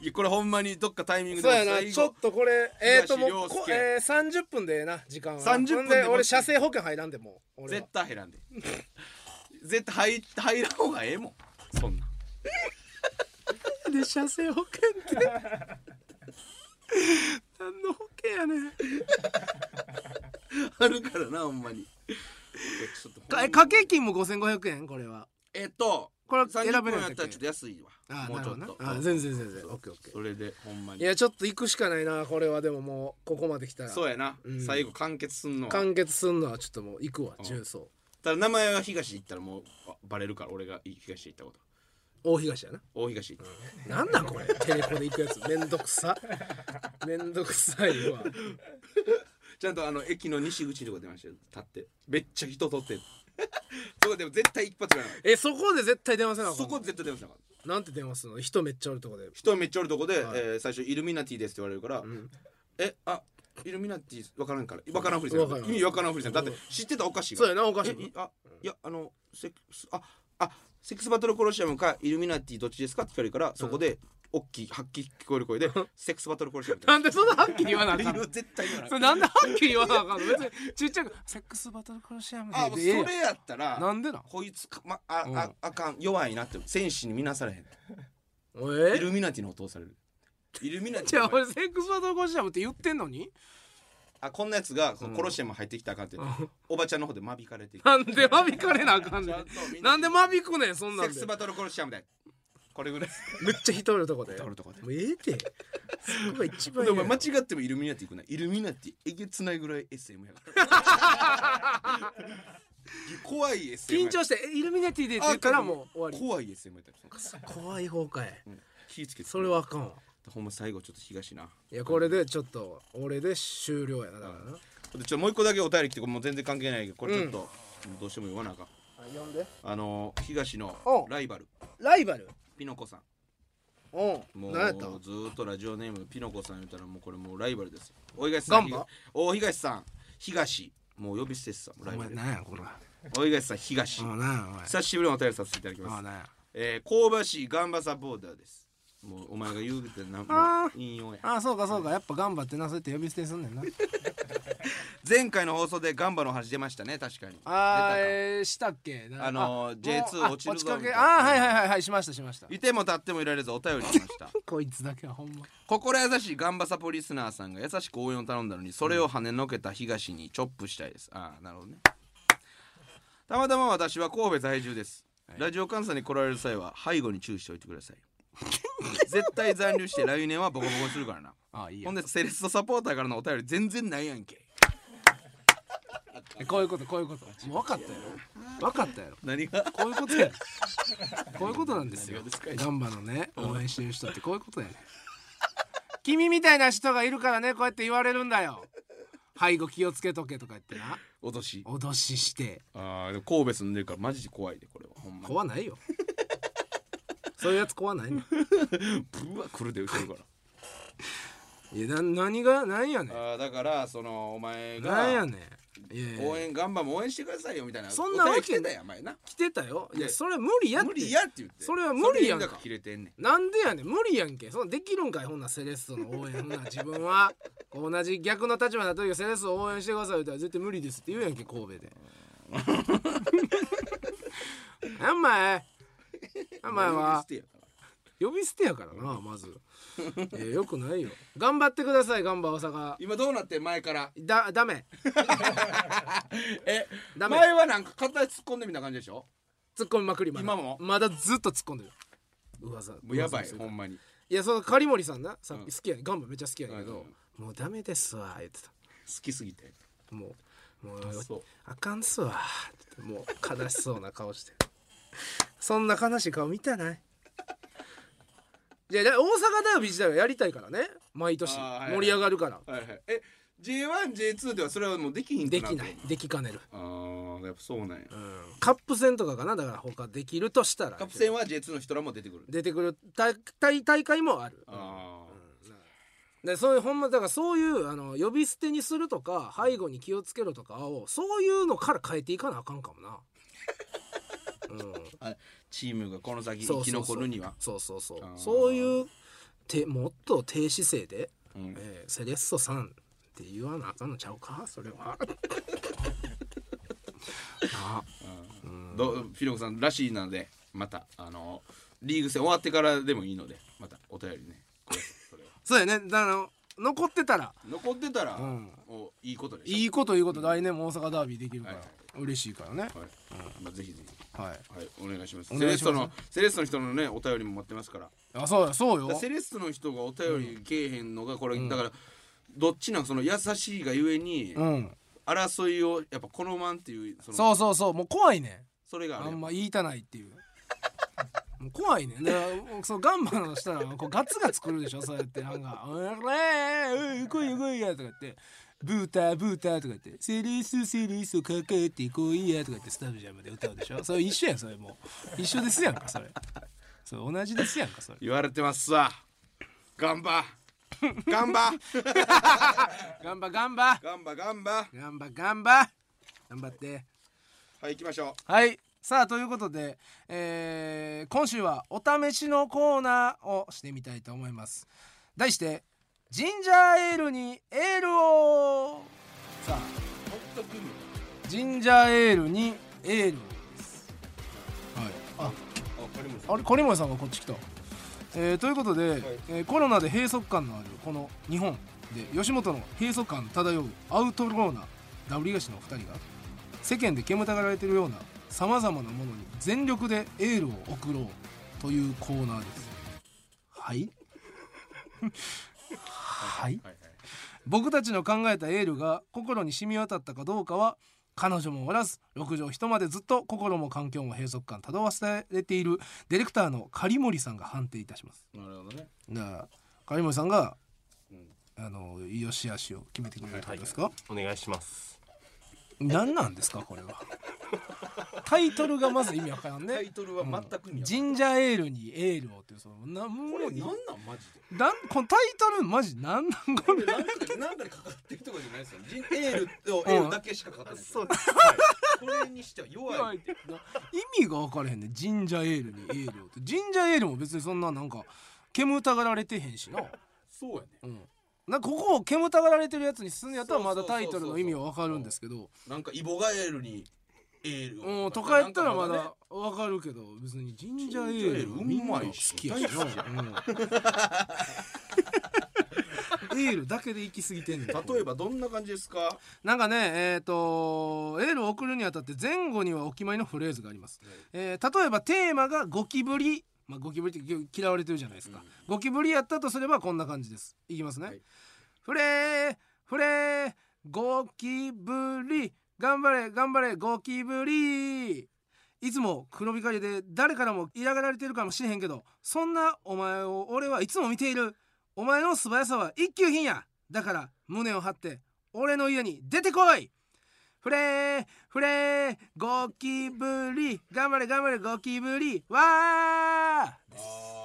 [SPEAKER 1] いやこれほんまにどっかタイミングで
[SPEAKER 2] そうやな
[SPEAKER 1] 最後
[SPEAKER 2] ちょっとこれえっ、ともう
[SPEAKER 1] 東涼
[SPEAKER 2] こ
[SPEAKER 1] 介
[SPEAKER 2] えー、30分でええな時間は
[SPEAKER 1] 30
[SPEAKER 2] ほん
[SPEAKER 1] 分
[SPEAKER 2] で
[SPEAKER 1] で
[SPEAKER 2] 俺車生保険入らんでもう俺
[SPEAKER 1] 絶
[SPEAKER 2] は
[SPEAKER 1] 対入らんで絶対入入らん方がええもんそんな
[SPEAKER 2] で車生保険って何の保険やねん
[SPEAKER 1] あるからなほんまにちょっと
[SPEAKER 2] かえ掛け金も5500円これは
[SPEAKER 1] えっと
[SPEAKER 2] これは選べ
[SPEAKER 1] 30分
[SPEAKER 2] ない
[SPEAKER 1] やったらちょっと
[SPEAKER 2] け
[SPEAKER 1] 安いわ
[SPEAKER 2] ああ
[SPEAKER 1] も
[SPEAKER 2] な
[SPEAKER 1] う
[SPEAKER 2] るほどな
[SPEAKER 1] ちょっと
[SPEAKER 2] あ全然全然オッケーオッケー
[SPEAKER 1] それでほんま
[SPEAKER 2] い
[SPEAKER 1] に
[SPEAKER 2] やちょっと行くしかないなこれはでももうここまで来たら
[SPEAKER 1] そうやな、
[SPEAKER 2] うん
[SPEAKER 1] 最後完結すんのは
[SPEAKER 2] 完結すんのはちょっともう行くわ
[SPEAKER 1] うん
[SPEAKER 2] 重曹
[SPEAKER 1] ただ名前は東で行ったらもうあバレるから俺が東で行ったこと
[SPEAKER 2] 大東やな
[SPEAKER 1] 大東で行っ
[SPEAKER 2] なんなんこれテレコで行くやつめんどくさめんどくさいわ
[SPEAKER 1] たちゃんとあの駅の西口のとこ出ましたよ立ってめっちゃ人取ってる そこでも絶対一発がなかっ
[SPEAKER 2] えそこで絶対電話せなあ
[SPEAKER 1] た
[SPEAKER 2] かんの
[SPEAKER 1] そこで絶対出ましたから
[SPEAKER 2] なんて電話すんの人めっちゃおるとこで
[SPEAKER 1] 人めっちゃおるとこで、
[SPEAKER 2] はい
[SPEAKER 1] えー最初「イルミナティです」って言われるから「
[SPEAKER 2] ん
[SPEAKER 1] えあイルミナティ分からんから分からんふりせん
[SPEAKER 2] わからん
[SPEAKER 1] 意味分からんふりせんだって
[SPEAKER 2] うん
[SPEAKER 1] 知ってたらおかしいか
[SPEAKER 2] そう
[SPEAKER 1] ら
[SPEAKER 2] やなおかしい
[SPEAKER 1] えいあいやあのセックスああセックスバトルコロシアムかイルミナティどっちですかって聞かれるからそこで大きいはっきり聞こえる声で「セックスバトルコロシアム」って
[SPEAKER 2] なんでそんなはっき り言わなあかん
[SPEAKER 1] 理
[SPEAKER 2] の
[SPEAKER 1] 由 絶対言わない
[SPEAKER 2] それなんではっきり言わなあかんの別にちっちゃく「セックスバトル殺し合う
[SPEAKER 1] あもうそ
[SPEAKER 2] で
[SPEAKER 1] れやった
[SPEAKER 2] な
[SPEAKER 1] ら
[SPEAKER 2] んでなん
[SPEAKER 1] こいつか、ま、あ
[SPEAKER 2] うん
[SPEAKER 1] ああかん弱いなって戦士に見なされへん
[SPEAKER 2] え
[SPEAKER 1] イルミナティの音をされるイルミナテ ィ
[SPEAKER 2] じゃあ俺セックスバトル殺し合うって言ってんのに
[SPEAKER 1] あこんなやつがこのコロシアム入ってきたらあかんって、
[SPEAKER 2] ん
[SPEAKER 1] おばちゃんの方で間引かれていく
[SPEAKER 2] なんで間引かれなあかんね
[SPEAKER 1] ちゃ
[SPEAKER 2] ん
[SPEAKER 1] んとみんな
[SPEAKER 2] なんで間引くねんそん
[SPEAKER 1] セ
[SPEAKER 2] な
[SPEAKER 1] ッ
[SPEAKER 2] ん
[SPEAKER 1] ク
[SPEAKER 2] で
[SPEAKER 1] スバトルコロシアムでこれ ぐらい
[SPEAKER 2] めっちゃ人おるとこで
[SPEAKER 1] 人おるとこで
[SPEAKER 2] もうええてそこが一番
[SPEAKER 1] で
[SPEAKER 2] ええ
[SPEAKER 1] も間違ってもイルミナティ行くないイルミナティえげつないぐらい SM やから 怖い SM や
[SPEAKER 2] 緊張してえ「イルミナティで」って言ったらもう終わり
[SPEAKER 1] 怖い SM やっ た
[SPEAKER 2] 怖い方かい
[SPEAKER 1] うん気ぃつけて
[SPEAKER 2] それはあかんわ
[SPEAKER 1] ほんま最後ちょっと東ない
[SPEAKER 2] やこれでちょっと俺で終了やなだからな
[SPEAKER 1] でちょっともう一個だけお便り来てこれもう全然関係ないけどこれちょっと、どうしても言わなあかん
[SPEAKER 2] 呼んで
[SPEAKER 1] あのー東の
[SPEAKER 2] お
[SPEAKER 1] ライバル
[SPEAKER 2] ライバル
[SPEAKER 1] ピノコさん
[SPEAKER 2] うん
[SPEAKER 1] もう
[SPEAKER 2] 何やった
[SPEAKER 1] ずーっとラジオネームのピノコさん言ったらもうこれもうライバルですよ。大東さん、
[SPEAKER 2] ガンバ
[SPEAKER 1] 東大東さん、東、もう呼び捨てっすわ、もうライバル。
[SPEAKER 2] 何やこれ
[SPEAKER 1] 大東さん、東。
[SPEAKER 2] う何や
[SPEAKER 1] 久しぶりにお便りさせていただきます。
[SPEAKER 2] 何や
[SPEAKER 1] えー、神戸市ガンバサポーターです。もうお前が言うてな、もう引用や。
[SPEAKER 2] ああそうかそうかやっぱ頑張ってなそうやって呼び捨てすん ねんな
[SPEAKER 1] 前回の放送でガンバの話出ましたね、確かに。
[SPEAKER 2] あー
[SPEAKER 1] 出たか
[SPEAKER 2] えーしたっけな
[SPEAKER 1] あ
[SPEAKER 2] も
[SPEAKER 1] のー
[SPEAKER 2] う
[SPEAKER 1] J2
[SPEAKER 2] あ
[SPEAKER 1] 落ちるぞ
[SPEAKER 2] ちかけ
[SPEAKER 1] みたいな
[SPEAKER 2] あーはいはいはいはいしましたしました
[SPEAKER 1] いてもたってもいられずお便りしました。
[SPEAKER 2] こいつだけはほんま
[SPEAKER 1] 心優しいガンバサポリスナーさんが優しく応援を頼んだのにそれを跳ねのけた東にチョップしたいですああなるほどねたまたま私は神戸在住です、ラジオ関西に来られる際は背後に注意しておいてくだ さい絶対残留して来年はボコボコにするからな
[SPEAKER 2] あいい
[SPEAKER 1] ほんでセレッソサポーターからのお便り全然ないやんけ
[SPEAKER 2] こういうことこういうこともう分か ったやろ分かったやろ
[SPEAKER 1] 何が
[SPEAKER 2] こういうことやねんこういうことなんですよ
[SPEAKER 1] 何がですか
[SPEAKER 2] ガンバのね応援してる人ってこういうことやねん君みたいな人がいるからねこうやって言われるんだよ背後気をつけとけとか言ってな
[SPEAKER 1] 脅し
[SPEAKER 2] 脅しして
[SPEAKER 1] ああでも神戸住んでるからマジで怖いでこれはほんまに
[SPEAKER 2] 怖ない よそういうやつ怖ないねん
[SPEAKER 1] ブワ来るで後ろ から
[SPEAKER 2] いやな何が何やねん
[SPEAKER 1] ああだからそのお前が
[SPEAKER 2] 何やねんいやいや
[SPEAKER 1] 応援ガンバも応援してくださいよみたいな
[SPEAKER 2] そんなわけ
[SPEAKER 1] お便り来てたやん前な
[SPEAKER 2] 来てたよいや
[SPEAKER 1] ね
[SPEAKER 2] それ無理やって
[SPEAKER 1] 無理やって言って
[SPEAKER 2] それは無理やんか
[SPEAKER 1] それで連絡切れてんねん
[SPEAKER 2] なんでやねん無理やんけそんなできるんかいほんなセレッソの応援ほんな自分は同じ逆の立場だというセレッソを応援してください言うたら絶対無理ですって言うやんけ神戸 であんまえあんまえ
[SPEAKER 1] 呼び
[SPEAKER 2] は
[SPEAKER 1] 捨てやから
[SPEAKER 2] 呼び捨てやからなまず、えー、よくないよ頑張ってくださいガンバ大阪
[SPEAKER 1] 今どうなってん前 から
[SPEAKER 2] だダメ
[SPEAKER 1] え
[SPEAKER 2] ダメ
[SPEAKER 1] 前はなんか肩突っ込んでみた感じでしょ
[SPEAKER 2] 突っ込みまくりまだ
[SPEAKER 1] 今も
[SPEAKER 2] まだずっと突っ込んでる噂
[SPEAKER 1] もうやばい
[SPEAKER 2] 噂の世界
[SPEAKER 1] ほんまに
[SPEAKER 2] いやその狩森さんなさ、
[SPEAKER 1] うん
[SPEAKER 2] 好きやねガンバめっちゃ好きやねんけ
[SPEAKER 1] うん
[SPEAKER 2] ど
[SPEAKER 1] う、
[SPEAKER 2] もうダメですわ言ってた
[SPEAKER 1] 好きすぎて
[SPEAKER 2] もうもう
[SPEAKER 1] あそう
[SPEAKER 2] あかんっすわもう悲しそうな顔して そんな悲しい顔見たないいやだ大阪ダービー自体はやりたいからね毎年
[SPEAKER 1] あーはいはい
[SPEAKER 2] 盛り上がるから、
[SPEAKER 1] はいはいえ J1J2 ではそれはもうできひんく
[SPEAKER 2] で
[SPEAKER 1] る
[SPEAKER 2] きないできかねる、
[SPEAKER 1] あーやっぱそうなんや
[SPEAKER 2] うん、カップ戦とかかなだから他できるとしたら
[SPEAKER 1] カップ戦は J2 の人らも出てくる
[SPEAKER 2] 出てくる大大大会もある
[SPEAKER 1] あー
[SPEAKER 2] でそういうほんまだからそういうあの呼び捨てにするとか背後に気をつけろとかをそういうのから変えていかなあかんかも な、う
[SPEAKER 1] あチームがこの先
[SPEAKER 2] ん、そう
[SPEAKER 1] 生き残るには
[SPEAKER 2] そうそうそう
[SPEAKER 1] あー
[SPEAKER 2] そういうてもっと低姿勢で、
[SPEAKER 1] うん
[SPEAKER 2] えーセレッソさん」って言わなあかんのちゃうかそれ はなあ
[SPEAKER 1] どフィロコさんらしいなのでまたあのリーグ戦終わってからでもいいのでまたお便りねこれそれ は
[SPEAKER 2] そうやねだから残ってたら
[SPEAKER 1] 残ってたら、
[SPEAKER 2] ん
[SPEAKER 1] おいいことでしょ
[SPEAKER 2] いいこといいこと来年も大阪ダービーできるから、
[SPEAKER 1] はいは
[SPEAKER 2] 嬉しいからね
[SPEAKER 1] はいまあ、ぜひぜひ
[SPEAKER 2] はい
[SPEAKER 1] はい、お願いしま
[SPEAKER 2] お
[SPEAKER 1] す。セ
[SPEAKER 2] 願
[SPEAKER 1] レ
[SPEAKER 2] い
[SPEAKER 1] ッ
[SPEAKER 2] します
[SPEAKER 1] ソの、セレッソの人のね、お便りも待ってますから。
[SPEAKER 2] あそうやそう
[SPEAKER 1] だから
[SPEAKER 2] よ
[SPEAKER 1] セレッソの人がお便りけえへんのが、これ、だから。どっちなん、その優しいがゆえに、
[SPEAKER 2] うん
[SPEAKER 1] 争いをやっぱ好まんっていう、その、
[SPEAKER 2] そうそうそうもう怖いねん
[SPEAKER 1] それがある
[SPEAKER 2] あ
[SPEAKER 1] や
[SPEAKER 2] ん
[SPEAKER 1] ん。
[SPEAKER 2] ま言いたないっていう もう怖いねんだからそうガンバの人らはこうガツガツくるでしょそうやってなんか「おれー来いよ来いや」とか言って「ブーターブーター」とか言って「セリスセリスかけてこいや」とか言ってスタジアムで歌うでしょそれ一緒やんそれもう一緒ですやんかそれそれ同じですやんかそれ
[SPEAKER 1] 言われてますわ。頑張。頑張。
[SPEAKER 2] ガンバガンバ
[SPEAKER 1] 頑張、頑張。
[SPEAKER 2] ガンバガンバ頑張って
[SPEAKER 1] はい、行きましょ
[SPEAKER 2] はいさあということで、えー今週はお試しのコーナーをしてみたいと思います題してジンジャーエールにエールをさあ
[SPEAKER 1] う。ほっとくんの。
[SPEAKER 2] ジンジャーエールにエールですはい
[SPEAKER 1] あ、わかりまし
[SPEAKER 2] ああれ金森さんがこっち来た、えーということで、えーコロナで閉塞感のあるこの日本で吉本の閉塞感漂うアウトローなダブリガシのお二人が世間で煙たがられているようなさまざまなものに全力でエールを送ろうというコーナーですはいはい
[SPEAKER 1] た。はい、はい。
[SPEAKER 2] 僕たちの考えたエールが心に染み渡ったかどうかは彼女もおらず六畳一までずっと心も環境も閉塞感漂わせれているディレクターの狩森さんが判定いたします
[SPEAKER 1] なるほどね。
[SPEAKER 2] だから狩森さんが、
[SPEAKER 1] ん
[SPEAKER 2] あの良し悪しを決めてくれるってことですか、
[SPEAKER 3] お願いします
[SPEAKER 2] 何なんですかこれはタイトルがまず意味わからん
[SPEAKER 1] タ
[SPEAKER 2] ね
[SPEAKER 1] イトルは全くに。
[SPEAKER 2] ジンジャーエールにエールをっていうそのなも
[SPEAKER 1] こ
[SPEAKER 2] う
[SPEAKER 1] れ、なんなん、マジで。
[SPEAKER 2] なんこのタイトルマジなんなんこ
[SPEAKER 1] こ
[SPEAKER 2] れ
[SPEAKER 1] れなんかなんかにかかってるとかじゃないですよ。ジンエールとエールだけしかかかってない。
[SPEAKER 3] そうです
[SPEAKER 1] これにしては弱い。
[SPEAKER 2] 意味が分からへんねんジンジャーエールにエールをってジンジャーエールも別にそんななんか煙たがられてへんしな,、
[SPEAKER 1] そうやね。
[SPEAKER 2] うん、なんかここを煙たがられてるやつに進んでやったらまだタイトルの意味は分かるんですけど
[SPEAKER 1] なんかイボガエルにエールを。
[SPEAKER 2] うんとかやったらま
[SPEAKER 1] なんか
[SPEAKER 2] だ分かるけど別にジンジャーエール
[SPEAKER 1] ジンジャーエール
[SPEAKER 2] みんな好きやし
[SPEAKER 1] うまいし
[SPEAKER 2] な、うんエールだけで行き過ぎてんねん
[SPEAKER 1] まだね例えばどんな感じですか。
[SPEAKER 2] なんかねえっ、とエールを送るにあたって前後にはお決まりのフレーズがあります、えー例えばテーマがゴキブリまあゴキブリって嫌われてるじゃないですか、ゴキブリやったとすればこんな感じですいきますね、
[SPEAKER 1] はい
[SPEAKER 2] フレーフレーゴキブリ頑張れ頑張れゴキブリいつも黒光りで誰からも嫌がられてるかもしれへんけどそんなお前を俺はいつも見ているお前の素早さは一級品やだから胸を張って俺の家に出てこいフレーフレーゴキブリ頑張れ頑張れゴキブリわー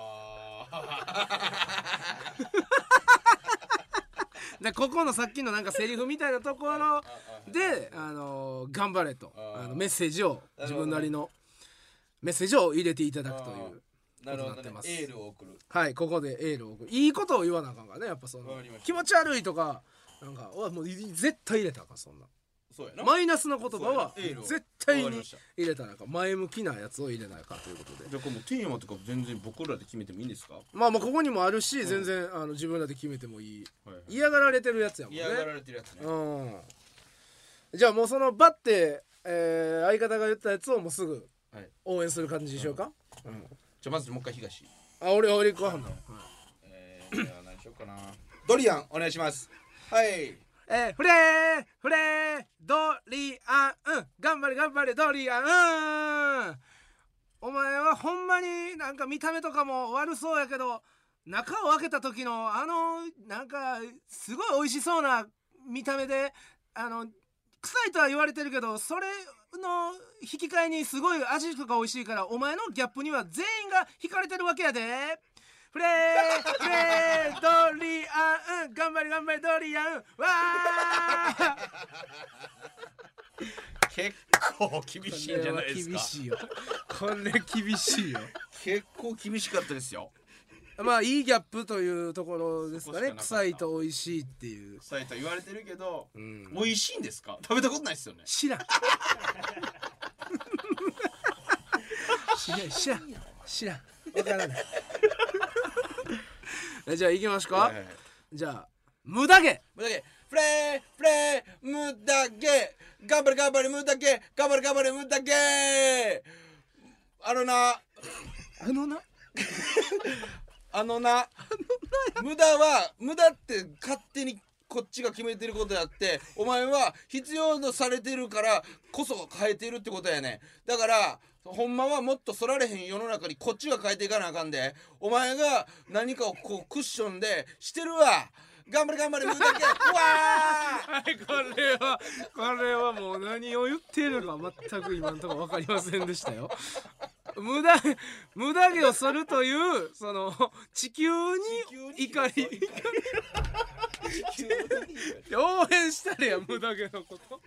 [SPEAKER 2] でここのさっきのなんかセリフみたいなところで、あのー頑張れと
[SPEAKER 1] あー
[SPEAKER 2] あのメッセージを
[SPEAKER 1] なる
[SPEAKER 2] 自
[SPEAKER 1] ほど
[SPEAKER 2] 分なりのメッセージを入れていただくとい
[SPEAKER 1] あ
[SPEAKER 2] う
[SPEAKER 1] なるほ
[SPEAKER 2] な
[SPEAKER 1] ど
[SPEAKER 2] って
[SPEAKER 1] ね
[SPEAKER 2] ます
[SPEAKER 1] エールを送る
[SPEAKER 2] はいここでエールを送るいいことを言わなあかんからねやっぱその
[SPEAKER 1] わかりました
[SPEAKER 2] 気持ち悪いとかなんかおいもうい絶対入れたらあかんそんな
[SPEAKER 1] そうやな
[SPEAKER 2] マイナスの言葉は
[SPEAKER 1] そうやなエールを
[SPEAKER 2] 絶対
[SPEAKER 1] わかり
[SPEAKER 2] に
[SPEAKER 1] ました
[SPEAKER 2] 入れたらあかん前向きなやつを入れないかんということで
[SPEAKER 1] じゃあこのテーマとか全然僕らで決めてもいいんですか、は
[SPEAKER 2] まあもうここにもあるし全然あの自分らで決めてもいい
[SPEAKER 1] い
[SPEAKER 2] 嫌がられてるやつやもんね
[SPEAKER 1] 嫌がられてるやつね
[SPEAKER 2] うんじゃあもうそのバッて、えー相方が言ったやつをもうすぐ
[SPEAKER 1] はい
[SPEAKER 2] 応援する感じにしようか、うん
[SPEAKER 1] じゃあまずもう一回東
[SPEAKER 2] あ俺俺行こう
[SPEAKER 1] えー、じゃあ何しようかなドリアンお願いしますはい
[SPEAKER 2] えー、フレーフレードリアン、うん、頑張れ頑張れドリアン、うん、お前はほんまになんか見た目とかも悪そうやけど中を開けた時のあのなんかすごい美味しそうな見た目であの臭いとは言われてるけどそれの引き換えにすごい味とか美味しいからお前のギャップには全員が惹かれてるわけやでフレーフレードリアン、うん、頑張れ頑張れドリアンわー
[SPEAKER 1] 結構厳しいんじゃないですか
[SPEAKER 2] 厳しいよこれ厳しいよ
[SPEAKER 1] 結構厳しかったですよ
[SPEAKER 2] まあいいギャップというところですかね
[SPEAKER 1] そこしかなかった
[SPEAKER 2] 臭いと美味しいっていう、
[SPEAKER 1] 臭いと言われてるけど、
[SPEAKER 2] うん、
[SPEAKER 1] 美味しいんですか食べたことないですよね
[SPEAKER 2] 知らん知らん知らん知らんわからないえ じゃあ行きますか、じゃあ無駄毛
[SPEAKER 1] 無駄毛プレープレー無駄毛頑張れ頑張れ無駄毛頑張れ頑張れ無駄毛あのな
[SPEAKER 2] あのな
[SPEAKER 1] あのな無駄は無駄って勝手にこっちが決めてることやってお前は必要とされてるからこそ変えてるってことやねんだからほんまはもっとそられへん世の中にこっちが変えていかなあかんでお前が何かをこうクッションでしてるわ頑張れ頑張れ無駄毛うわー
[SPEAKER 2] はい これはこれはもう何を言っているのか全く今のところ分かりませんでしたよ無駄無駄毛を剃るというその地球に怒り 応援したれや無駄毛のこと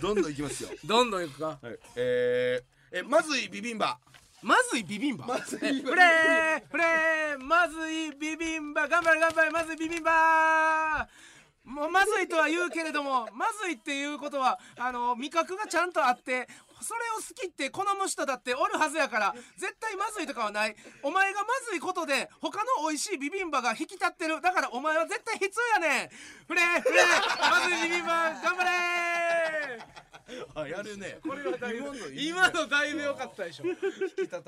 [SPEAKER 1] どんどんいきますよ。
[SPEAKER 2] どんどんいくか
[SPEAKER 1] はい、えー、え、まずいビビンバ。
[SPEAKER 2] まずいビビンバ
[SPEAKER 1] まずいビビンバ
[SPEAKER 2] フレーフレーまずいビビンバ頑張れ頑張れまずいビビンバもうまずいとは言うけれどもまずいっていうことはあの味覚がちゃんとあってそれを好きって好む人だっておるはずやから絶対まずいとかはないお前がまずいことで他の美味しいビビンバが引き立ってるだからお前は絶対必要やねんフレーフレーまずいビビンバ頑張れ
[SPEAKER 1] あ、やるね。これ
[SPEAKER 2] 今の今のだいぶ良かったでしょ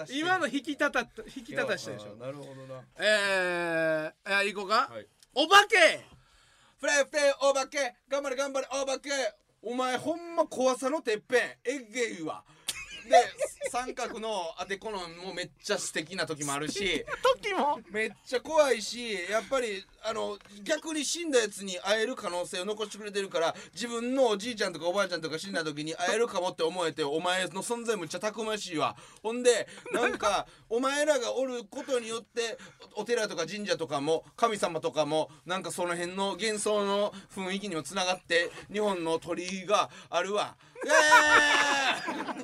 [SPEAKER 2] 今の引き立たった引き立たしたでしょ
[SPEAKER 1] なるほどな。
[SPEAKER 2] えー、えー、行こうか、
[SPEAKER 1] はい
[SPEAKER 2] お化け
[SPEAKER 1] フレフレお化け、頑張れ頑張れお化け。お前ほんま怖さのてっぺん、えっげいわ。で、三角のあてこのもめっちゃ素敵な時もあるし、
[SPEAKER 2] 時も
[SPEAKER 1] めっちゃ怖いし、やっぱりあの逆に死んだやつに会える可能性を残してくれてるから、自分のおじいちゃんとかおばあちゃんとか死んだ時に会えるかもって思えて、お前の存在むっちゃたくましいわ。ほんで、なんか お前らがおることによって、おお寺とか神社とかも神様とかもなんかその辺の幻想の雰囲気にもつながって、日本の鳥居があるわ。イエーイ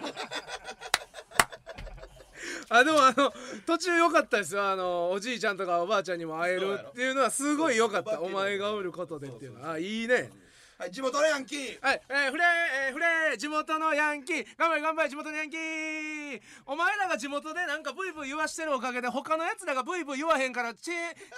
[SPEAKER 2] あでもあの途中良かったですよあのおじいちゃんとかおばあちゃんにも会え
[SPEAKER 1] そう
[SPEAKER 2] る
[SPEAKER 1] やろ
[SPEAKER 2] っていうのはすごい良かっ
[SPEAKER 1] そう
[SPEAKER 2] た
[SPEAKER 1] そう
[SPEAKER 2] お前がおることでっていうのはあいいね
[SPEAKER 1] はい、地元のヤンキー。
[SPEAKER 2] はい、えー、フレー、えー、フレー、地元のヤンキー、頑張れ頑張れ、地元のヤンキー。お前らが地元でなんかブイブイ言わしてるおかげで、他のやつらがブイブイ言わへんから、ち、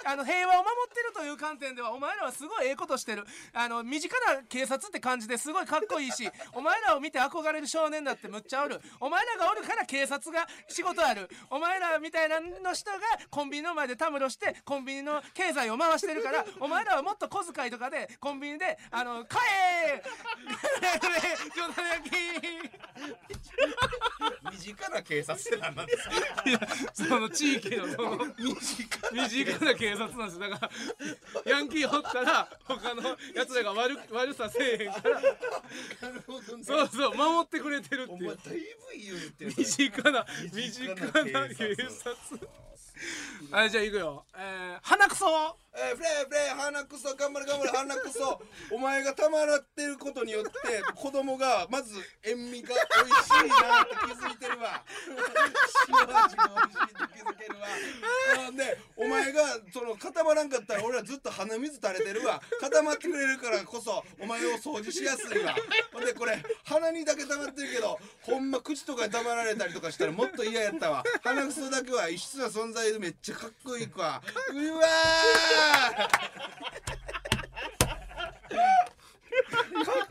[SPEAKER 2] あの、平和を守ってるという観点では、お前らはすごいええことしてる。あの、身近な警察って感じですごいかっこいいし、お前らを見て憧れる少年だってむっちゃおる。お前らがおるから警察が仕事ある。お前らみたいなの人がコンビニの前でたむろして、コンビニの経済を回してるから、お前らはもっと小遣いとかで、コンビニで、あの、買 えジョナ焼き
[SPEAKER 1] 身近な警察って何なんですか
[SPEAKER 2] その地域のその
[SPEAKER 1] 身近
[SPEAKER 2] 身近な警察なんですよだからヤンキー掘ったら他のやつらが悪悪させえへんから
[SPEAKER 1] なるほどね
[SPEAKER 2] そうそう守ってくれてる
[SPEAKER 1] お
[SPEAKER 2] ってい
[SPEAKER 1] 前だ
[SPEAKER 2] う
[SPEAKER 1] いぶいいよ言ってる
[SPEAKER 2] 身近な身
[SPEAKER 1] 身
[SPEAKER 2] 近
[SPEAKER 1] 近
[SPEAKER 2] な警
[SPEAKER 1] な警
[SPEAKER 2] 察あじゃあ行くよ、えー、鼻くそ
[SPEAKER 1] えー、フレーフレー鼻くそ頑張れ頑張れ鼻くそお前がたまらってることによって子供がまず塩味が美味しいなって気づいてるわ塩味が美味しいって気づけるわなんでお前がその固まらんかったら俺らずっと鼻水垂れてるわ固まってくれるからこそお前を掃除しやすいわほんでこれ鼻にだけ溜まってるけどほんま口とかに溜まられたりとかしたらもっと嫌やったわ鼻くそだけは異質な存在でめっちゃかっこいいわうわー
[SPEAKER 2] かっ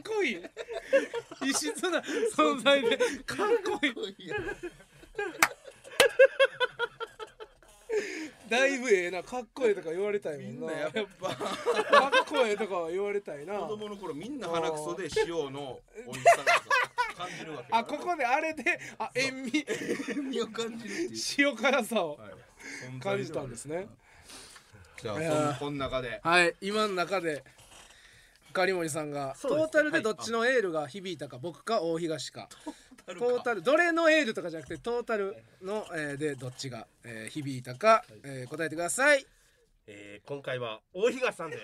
[SPEAKER 2] こいい異質な存在でかっこいいだいぶええなかっこいいとか言われたい
[SPEAKER 1] みん
[SPEAKER 2] もん
[SPEAKER 1] な
[SPEAKER 2] な
[SPEAKER 1] やっぱ
[SPEAKER 2] かっこええとかは言われたいな
[SPEAKER 1] 子供の頃みんな鼻くそで塩の美味しさを感じるわけ
[SPEAKER 2] あここであれであ塩味
[SPEAKER 1] 身を感じるっていう
[SPEAKER 2] 塩辛さを
[SPEAKER 1] はい
[SPEAKER 2] 感じたんですね
[SPEAKER 1] じゃあ
[SPEAKER 2] いやー
[SPEAKER 1] そんこん中で
[SPEAKER 2] はい今の中でガリモリさんがト
[SPEAKER 1] そうです
[SPEAKER 2] ータ
[SPEAKER 1] ね
[SPEAKER 2] ルでどっちのエールが響いたか僕か大東かトータルどれのエールとかじゃなくてトータルの、えーでどっちが、えー響いたか、えー答えてください
[SPEAKER 4] えー、今回は大東さんで
[SPEAKER 2] おい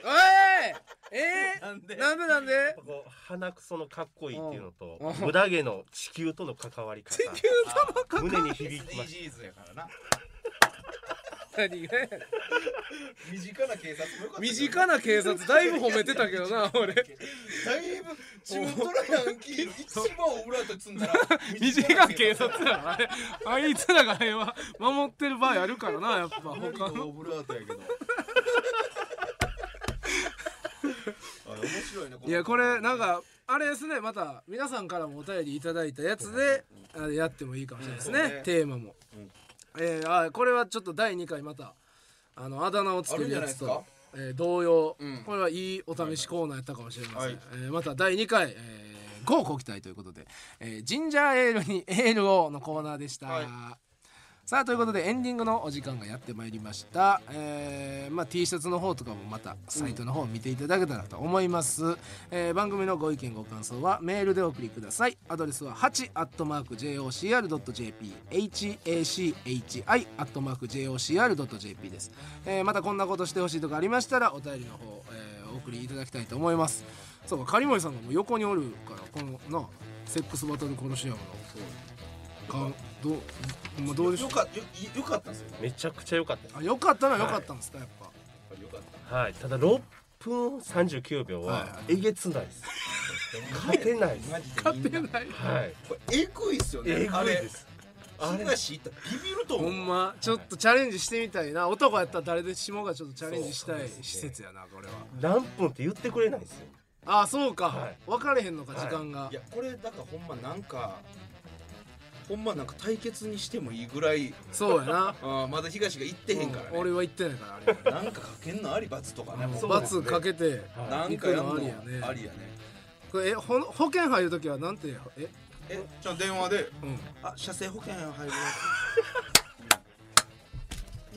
[SPEAKER 2] えー、
[SPEAKER 4] なんで
[SPEAKER 2] なんでなん で
[SPEAKER 4] こう鼻くそのかっこいいっていうのと
[SPEAKER 2] うん
[SPEAKER 4] 無駄毛の地球との関わり方胸に響きまし
[SPEAKER 1] SDGs やからな
[SPEAKER 2] 何がや
[SPEAKER 1] 身近な警察もよかったけど
[SPEAKER 2] 身近な警察だいぶ褒めてたけど な俺
[SPEAKER 1] だいぶ地元のヤンキー一番オブラートに積んだら
[SPEAKER 2] 身近な警察やろあれあいつらがあれは守ってる場合あるからなやっぱ他
[SPEAKER 1] 他の
[SPEAKER 2] の
[SPEAKER 1] オブラートやけ どあ面白いね
[SPEAKER 2] いやこれなんかあれですねまた皆さんからもお便りいただいたやつであれやってもいいかもしれないですね,、
[SPEAKER 1] うんそうね
[SPEAKER 2] テーマも、えーあこれはちょっと第2回またあのあだ名をつけるやつ
[SPEAKER 1] あるん
[SPEAKER 2] と
[SPEAKER 1] じ、
[SPEAKER 2] えー同様、
[SPEAKER 1] うん
[SPEAKER 2] これはいいお試しコーナーやったかもしれません、
[SPEAKER 1] はい
[SPEAKER 2] えーまた第2回、えー、ごご期待ということで、えージンジャーエールにエールをのコーナーでした、
[SPEAKER 1] はい
[SPEAKER 2] さあということでエンディングのお時間がやってまいりました、えーまあ、T シャツの方とかもまたサイトの方を見ていただけたらと思います、えー番組のご意見ご感想はメールでお送りくださいアドレスは 8-jocr.jp hachi-jocr.jp です、えーまたこんなことしてほしいとかありましたらお便りの方、えーお送りいただきたいと思いますそうか狩森さんがもう横におるからこのなセックスバトルコロシアムのかどう、まあ、どうでしょ
[SPEAKER 1] よ
[SPEAKER 2] う
[SPEAKER 1] かよよかったんですよ
[SPEAKER 4] ためちゃくちゃ良かったです
[SPEAKER 2] あ良かったのは良かったんですか、やっ
[SPEAKER 1] よかった
[SPEAKER 4] はいただ6分39秒
[SPEAKER 2] はい
[SPEAKER 4] は
[SPEAKER 2] は
[SPEAKER 4] えげつないです勝てないです
[SPEAKER 1] マジでみんな
[SPEAKER 2] ぱ。
[SPEAKER 4] はい
[SPEAKER 1] これエグいっすよね
[SPEAKER 4] え
[SPEAKER 1] あ
[SPEAKER 4] ぐい
[SPEAKER 1] れ
[SPEAKER 4] ですあれ
[SPEAKER 1] 東行ったらビビると思
[SPEAKER 2] ほ
[SPEAKER 1] うん
[SPEAKER 2] まちょっとチャレンジしてみたいな男やったら誰でしもがちょっとチャレンジしたい施設やなこれは
[SPEAKER 4] 何分って言ってくれないんですよ
[SPEAKER 2] あそうか、
[SPEAKER 4] はい
[SPEAKER 2] 分かれへんのか
[SPEAKER 4] はい
[SPEAKER 2] 時間が、
[SPEAKER 1] いやこれだからほんまなんかほんまなんか対決にしてもいいぐらい
[SPEAKER 2] そうやな、
[SPEAKER 1] あーまだ東が行ってへんから
[SPEAKER 2] うん俺
[SPEAKER 1] ね
[SPEAKER 2] は言ってないからあれは
[SPEAKER 1] なんかかけんのあり罰とかね
[SPEAKER 2] もう
[SPEAKER 4] そうです
[SPEAKER 2] 罰
[SPEAKER 4] ね
[SPEAKER 2] かけて
[SPEAKER 4] はい
[SPEAKER 1] なんかやんのあ
[SPEAKER 2] 行
[SPEAKER 1] り
[SPEAKER 2] く
[SPEAKER 1] や
[SPEAKER 2] のありやね
[SPEAKER 1] ね
[SPEAKER 2] これえほ保険入るときはなんてえ
[SPEAKER 1] えじゃあ電話で
[SPEAKER 2] うん
[SPEAKER 1] あ車線保険入ります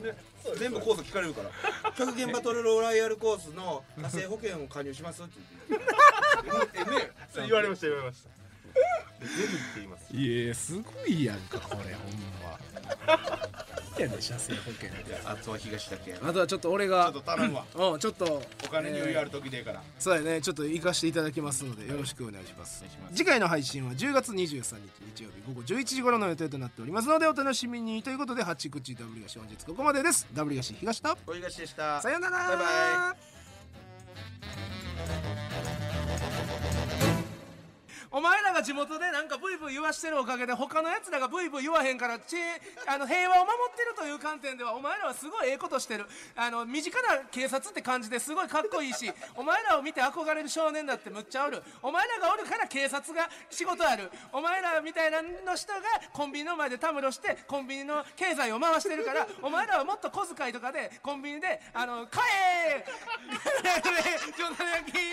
[SPEAKER 1] ね全部コース聞かれるから極限バトルローライヤルコースの車線保険を加入しますって言 ってえねえね
[SPEAKER 4] 言われました言われま した全部言っています
[SPEAKER 2] いやすごいやんかこれほんま いやね車線保険
[SPEAKER 1] あとは東だけやなち
[SPEAKER 2] あとはちょっと俺
[SPEAKER 1] ょ
[SPEAKER 2] が
[SPEAKER 1] っと頼むわ
[SPEAKER 2] うんちょっと
[SPEAKER 1] お金に余裕ある時でええから
[SPEAKER 2] そうやねちょっと行かしていただきますのでよろしくお願いします,、
[SPEAKER 1] お願いします
[SPEAKER 2] 次回の配信は10月23日日曜日午後11時頃の予定となっておりますのでお楽しみにということで八口ダブリガシ本日ここまでですダブリガシ東と
[SPEAKER 1] お東でした
[SPEAKER 2] さようなら
[SPEAKER 1] バイバ
[SPEAKER 2] お前らが地元でなんかブイブイ言わしてるおかげで他のやつらがブイブイ言わへんからちあの平和を守ってるという観点ではお前らはすごいええことしてるあの身近な警察って感じですごいかっこいいし お前らを見て憧れる少年だってむっちゃおるお前らがおるから警察が仕事あるお前らみたいなの人がコンビニの前でたむろしてコンビニの経済を回してるからお前らはもっ と小遣いとかでコンビニであの「買え!」冗談抜き